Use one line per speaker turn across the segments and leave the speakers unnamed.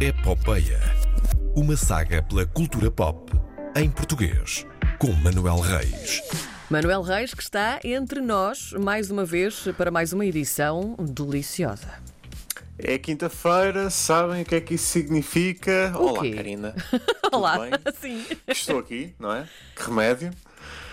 É Popeia, uma saga pela cultura pop em português, com Manuel Reis.
Manuel Reis, que está entre nós mais uma vez para mais uma edição deliciosa.
É quinta-feira, sabem o que é que isso significa? Olá,
quê?
Karina.
Olá,
bem?
sim.
Estou aqui, não é? Que remédio?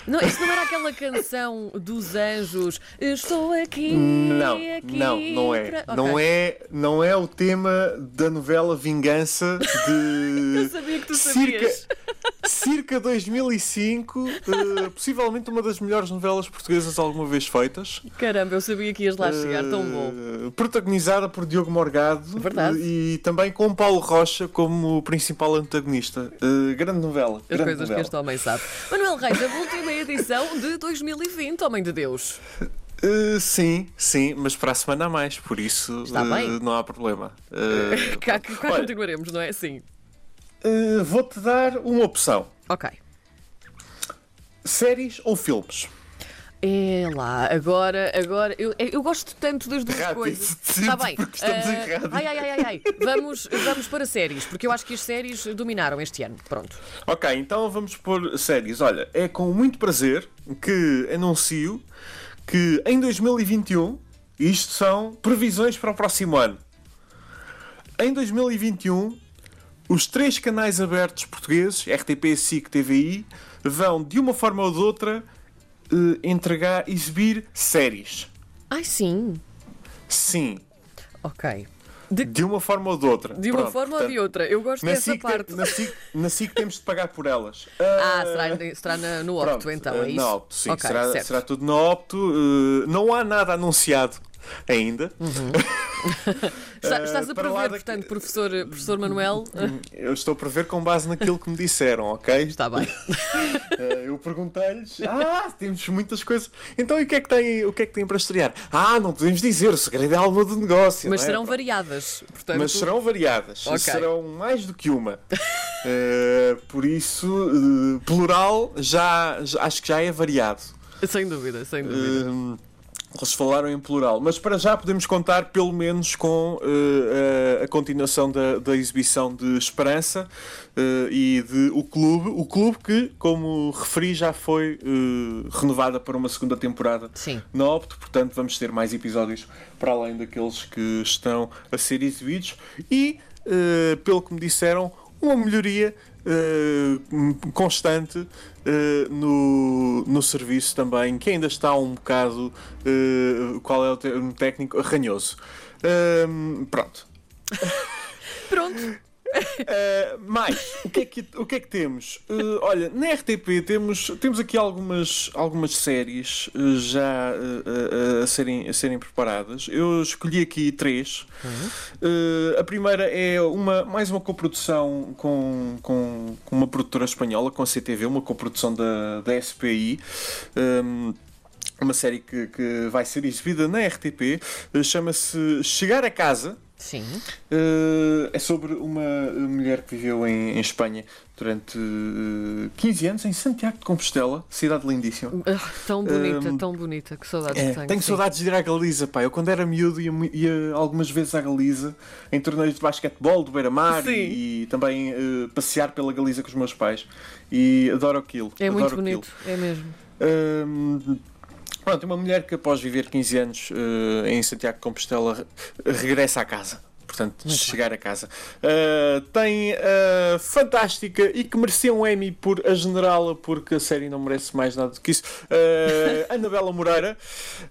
Não, isso não era aquela canção dos anjos. Estou aqui.
Não,
aqui
não, não é.
para-"
Não
Ok.
é, não é o tema da novela Vingança de
Eu sabia que tu
circa,
sabias.
circa 2005, eh, possivelmente uma das melhores novelas portuguesas alguma vez feitas.
Caramba, eu sabia que ias lá chegar, tão bom. É
Eh, Protagonizada por Diogo Morgado
Verdade.
eh, e também com Paulo Rocha como principal antagonista. Eh, grande novela.
As
grande
coisas que
novela.
este homem sabe. Manuel Reis, a última edição de 2020, homem de Deus.
Eh, sim, sim, mas para a semana há mais, por isso
Está
eh,
bem.
não há problema. Eh,
Cá, cá
Olha,
continuaremos, não é? Sim.
eh, Vou-te dar uma opção:
Ok.
séries ou filmes?
É lá, agora, agora, eu, é, eu gosto tanto das duas
Rápido,
coisas.
sim, porque estamos
ah,
em rádio.
ai, ai, ai, ai, ai. Vamos, vamos para séries, porque eu acho que as séries dominaram este ano. Pronto.
Ok, então vamos pôr séries. Olha, é com muito prazer que anuncio que em 2021, e um, isto são previsões para o próximo ano. Em 2021, os três canais abertos portugueses, RTP, SIC, TVI, vão de uma forma ou de outra eh, entregar, exibir séries.
Ai, sim.
Sim,
Ok.
de uma forma ou de outra.
De uma
Pronto,
forma ou
portanto,
de outra. Eu gosto
Na
dessa
SIC, tem-
parte.
na, SIC, na SIC temos de pagar por elas.
Ah, será, será na- no Opto, então, é
eh,
isso?
Na Opto, sim.
Ok,
será,
certo.
será tudo na Opto. eh, não há nada anunciado ainda.
Uhum. Está- estás
eh,
a
para
prever,
lá Hum. da-
portanto, professor, professor Manuel?
Eu estou para ver com base naquilo que me disseram, ok?
Está bem.
Eh, eu perguntei-lhes: Ah, temos muitas coisas. Então e o que, é que tem, o que é que tem para estrear? Ah, não podemos dizer, o segredo é alma do negócio.
Mas
não é?
serão
Pronto.
variadas. Portanto,
Mas serão variadas.
Ok.
Serão mais do que uma. Eh, por isso, eh, plural, já, já- acho que já é variado.
Sem dúvida, sem dúvida.
Hum, eles falaram em plural, mas para já podemos contar pelo menos com eh, a, a continuação da, da exibição de Esperança eh, e de O Clube. O Clube que, como referi, já foi eh, renovada para uma segunda temporada
Sim.
na Opto, portanto vamos ter mais episódios para além daqueles que estão a ser exibidos e, eh, pelo que me disseram, uma melhoria eh, constante eh, no, no serviço também, que ainda está um bocado, eh, qual é o termo técnico, ranhoso. Ahm, pronto.
Pronto.
Uh, mais, o que é que, o que, é que temos? Uh, olha, na RTP temos, temos aqui algumas, algumas séries uh, já uh, uh, a, serem, a serem preparadas. Eu escolhi aqui três. Uh, a primeira é uma, mais uma coprodução com, com, com uma produtora espanhola, com a CTV, uma coprodução da, da SPI. Um, uma série que, que vai ser exibida na RTP, Uh, chama-se Chegar a Casa,
Sim.
Uh, é sobre uma uh, mulher que viveu em, em Espanha durante uh, 15 anos, em Santiago de Compostela, cidade lindíssima.
Ah, Tão bonita,
Hum,
tão bonita. Que saudades
É,
tenho.
tenho
sim.
saudades de ir à Galiza, pá. Eu quando era miúdo ia, mu- ia algumas vezes à Galiza em torneios de basquetebol, do Beira-Mar
Sim.
e, e também uh, passear pela Galiza com os meus pais. E adoro aquilo.
É muito
adoro aquilo.
bonito, é mesmo.
Hum, pronto, uma mulher que após viver 15 anos eh, em Santiago de Compostela re- regressa à casa. Portanto, chegar a casa. Eh, tem a fantástica e que merecia um Emmy por A Generala, porque a série não merece mais nada do que isso. eh, Anabela Moreira.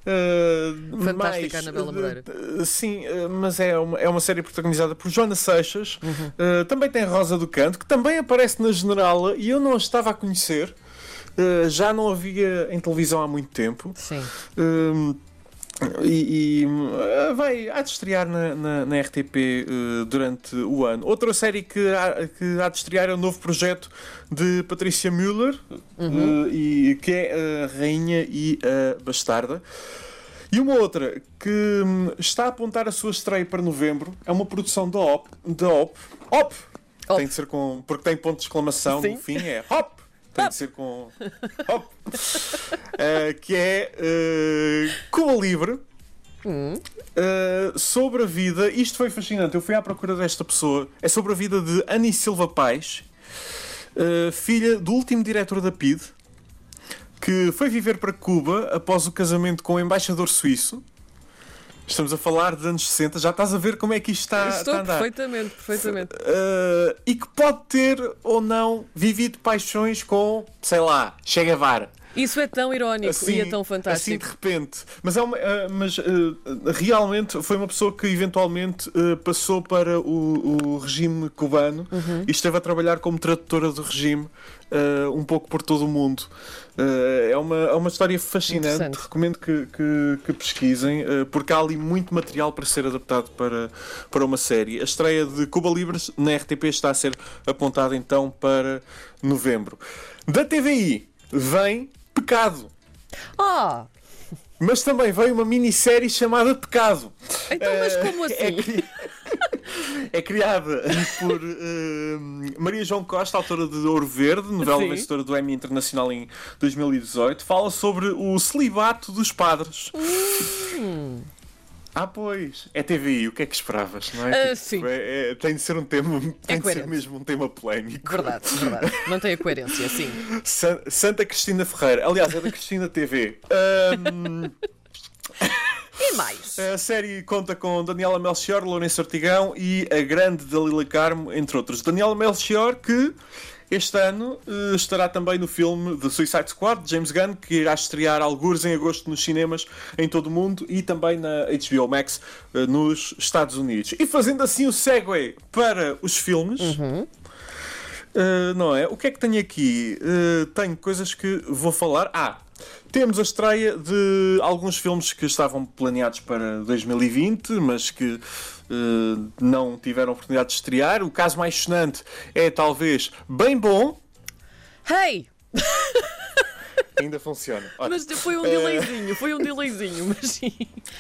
eh,
Fantástica
mais,
Anabela
eh,
Moreira.
eh, sim, eh, mas é uma, é uma série protagonizada por Joana Seixas.
Uhum.
Eh, também tem Rosa do Canto, que também aparece na Generala e eu não a estava a conhecer. Uh, já não havia em televisão há muito tempo.
Sim.
Um, e, e, uh, vai há de estrear na, na, na RTP uh, durante o ano. Outra série que há, que há de estrear é o novo projeto de Patrícia Müller,
Uhum.
uh, e, que é a Rainha e a Bastarda. E uma outra que hum, está a apontar a sua estreia para novembro é uma produção da OP. Da OP. OP!
Op.
Tem de ser com. Porque tem ponto de exclamação
Sim.
no fim, é HOP! Tem de ser com. HOP! Eh, que é eh, Cuba Livre.
Hum,
Uh, sobre a vida, isto foi fascinante. Eu fui à procura desta pessoa. É sobre a vida de Annie Silva Paz, uh, filha do último diretor da PID, que foi viver para Cuba após o casamento com o embaixador suíço. Estamos a falar dos anos 60, já estás a ver como é que isto está,
Estou
está a andar.
perfeitamente, perfeitamente.
Uh, e que pode ter ou não vivido paixões com, sei lá, Che Guevara
Isso é tão irónico e é tão
assim de
fantástico.
repente. Mas, é uma, ah, mas ah, realmente foi uma pessoa que eventualmente ah, passou para o, o regime cubano
Uhum.
e esteve a trabalhar como tradutora do regime ah, um pouco por todo o mundo. Ah, é, uma, é uma história fascinante,
Interessante.
recomendo que, que- que pesquisem, ah, porque há ali muito material para ser adaptado para, para uma série. A estreia de Cuba Libres na RTP está a ser apontada então para novembro. Da TVI vem Pecado.
Ah,
Mas também veio uma minissérie chamada Pecado.
então, mas como assim?
É, cri- é criada por eh, Maria João Costa, autora de Ouro Verde, novela
Sim.
vencedora do Emmy Internacional em 2018. Fala sobre o celibato dos padres.
Hum.
Ah, pois. É TVI, o que é que esperavas, não é?
Ah, sim.
É- é- tem de ser um tema, tem de ser
coerente.
mesmo um tema polémico.
Verdade, verdade. Mantém a coerência, sim.
San- Santa Cristina Ferreira. Aliás, é da Cristina TV. Ahm,
E mais?
A série conta com Daniela Melchior, Lourenço Artigão e a grande Dalila Carmo, entre outros. Daniela Melchior, que este ano eh, estará também no filme The Suicide Squad, de James Gunn, que irá estrear algures em agosto nos cinemas em todo o mundo e também na HBO Max eh, nos Estados Unidos. E fazendo assim o segue para os filmes. Uh, não é? O que é que tenho aqui? Uh, tenho coisas que vou falar. Ah, temos a estreia de alguns filmes que estavam planeados para 2020, mas que uh, não tiveram oportunidade de estrear. O caso mais sonante é talvez Bem Bom.
Hey!
Ainda funciona. Ótimo.
Mas foi um
Eh,
delayzinho, foi um delayzinho, mas sim.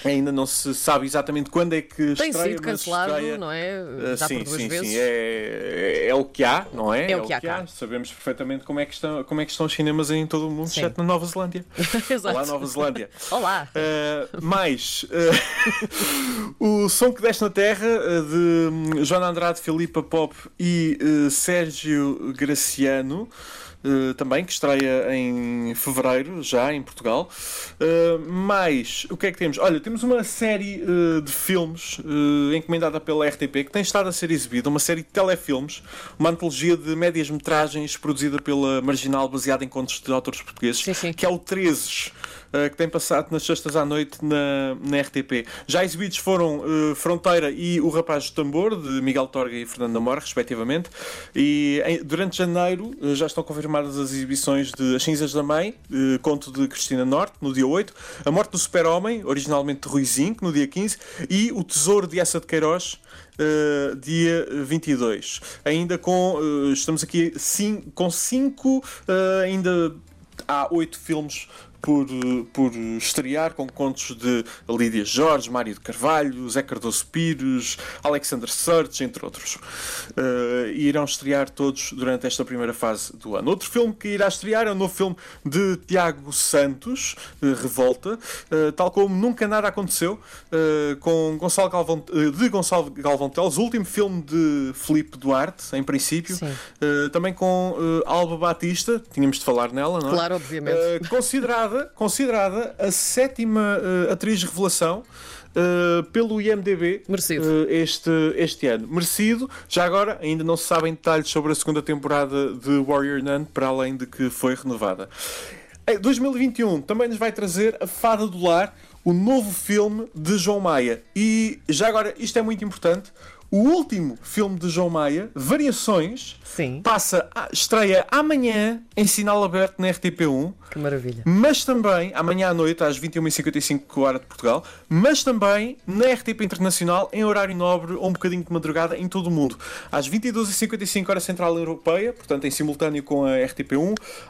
Ainda não se sabe exatamente quando é que
Tem
estreia,
sido
mas
cancelado,
estreia-
não
Uh,
é? Já
sim,
por duas
sim,
vezes.
sim. É, é, é o que há, não é?
É o que há cá.
Sabemos perfeitamente como é, que estão, como é que estão os cinemas em todo o mundo,
Sim.
exceto na Nova Zelândia.
Exato.
é. Olá, Nova Zelândia.
Olá.
Uh, mais uh, o som que deste na terra uh, de hum, Joana Andrade, Filipa Pop e uh, Sérgio Graciano. uh, também, que estreia em fevereiro, já em Portugal. Uh, mais, o que é que temos? Olha, temos uma série uh, de filmes uh, encomendada pela RTP que tem estado a ser exibida, uma série de telefilmes, uma antologia de médias-metragens produzida pela Marginal, baseada em contos de autores portugueses,
Sim, sim.
que é o 13, que tem passado nas sextas à noite na, na RTP. Já exibidos foram eh, Fronteira e O Rapaz do Tambor, de Miguel Torga e Fernando Namora, respectivamente. E em- durante janeiro eh, já estão confirmadas as exibições de As Cinzas da Mãe, eh, conto de Cristina Norte, no dia 8, A Morte do Super-Homem, originalmente de Rui Zinc, no dia 15, e O Tesouro de Essa de Queiroz, Uh, dia 22. Ainda com. uh, estamos aqui cin- com 5. ainda há 8 filmes. Por, uh, por estrear com contos de Lídia Jorge, Mário de Carvalho, Zé Cardoso Pires, Alexander Search, entre outros. Uh, e irão estrear todos durante esta primeira fase do ano. Outro filme que irá estrear é o novo filme de Tiago Santos, uh, Revolta, uh, tal como Nunca Nada Aconteceu, uh, com Gonçalo Galvão, uh, de Gonçalo Galvão Teles, o último filme de Filipe Duarte, em princípio,
Sim.
Uh, também com uh, Alba Batista, tínhamos de falar nela, não é?
Claro, obviamente.
Uh, considerada, considerada a sétima uh, atriz revelação uh, pelo IMDB
Merecido.
uh, este, este ano. Merecido. Já agora, ainda não se sabem detalhes sobre a segunda temporada de Warrior Nun, para além de que foi renovada. Em 2021 também nos vai trazer A Fada do Lar, o novo filme de João Maia. E já agora, isto é muito importante. O último filme de João Maia, Variações,
Sim.
passa, a- estreia amanhã em sinal aberto na RTP1.
Que maravilha.
Mas também, amanhã à noite, às 21h55, hora de Portugal, mas também na RTP Internacional, em horário nobre ou um bocadinho de madrugada, em todo o mundo. Às 22h55, hora central europeia, portanto em simultâneo com a RTP1,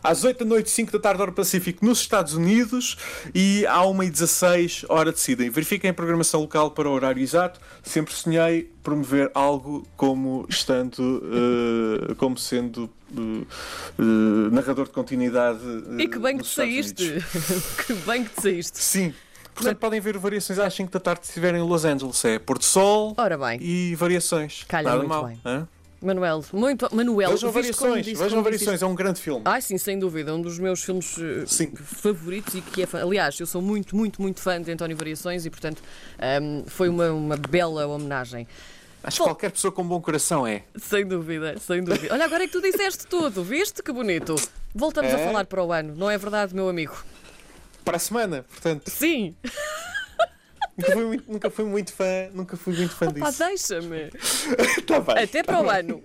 às 8 da noite, 5 da tarde, hora pacífico, nos Estados Unidos, e à 1h16, hora decidem. Verifiquem a programação local para o horário exato. Sempre sonhei promover algo como estando, eh, como sendo... eh, eh, narrador de continuidade eh,
E que bem que
nos
te
Estados Unidos.
saíste. que bem que te saíste.
Sim. Portanto, podem ver variações às 5 da tarde se estiverem em Los Angeles. É Porto Sol
Ora bem.
e variações.
Calha
Nada
muito
mal.
bem.
hã?
Manuel, muito. Manuel,
Vejam
viste como
variações,
disse-
vejam
como disse Ah,
variações, é um grande filme.
Ai, sim, sem dúvida, um dos meus filmes eh,
Sim.
favoritos e que é. fã- Aliás, eu sou muito, muito, muito fã de António Variações e, portanto, ahm, foi uma, uma bela homenagem.
Acho
Bom.
que qualquer pessoa com bom coração é.
Sem dúvida, sem dúvida. Olha, agora é que tu disseste tudo, viste? Que bonito. Voltamos a
É?
falar para o ano, não é verdade, meu amigo?
Para a semana, portanto,
Sim!
nunca fui muito, nunca fui muito fã, nunca fui muito fã
Pá,
disso.
deixa-me!
Tá bem.
Até para o ano!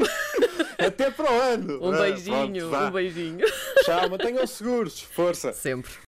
Até para o ano.
Um
Ah,
beijinho,
pronto, vá.
um beijinho.
Tchau, mantenham-se seguros. Força.
Sempre.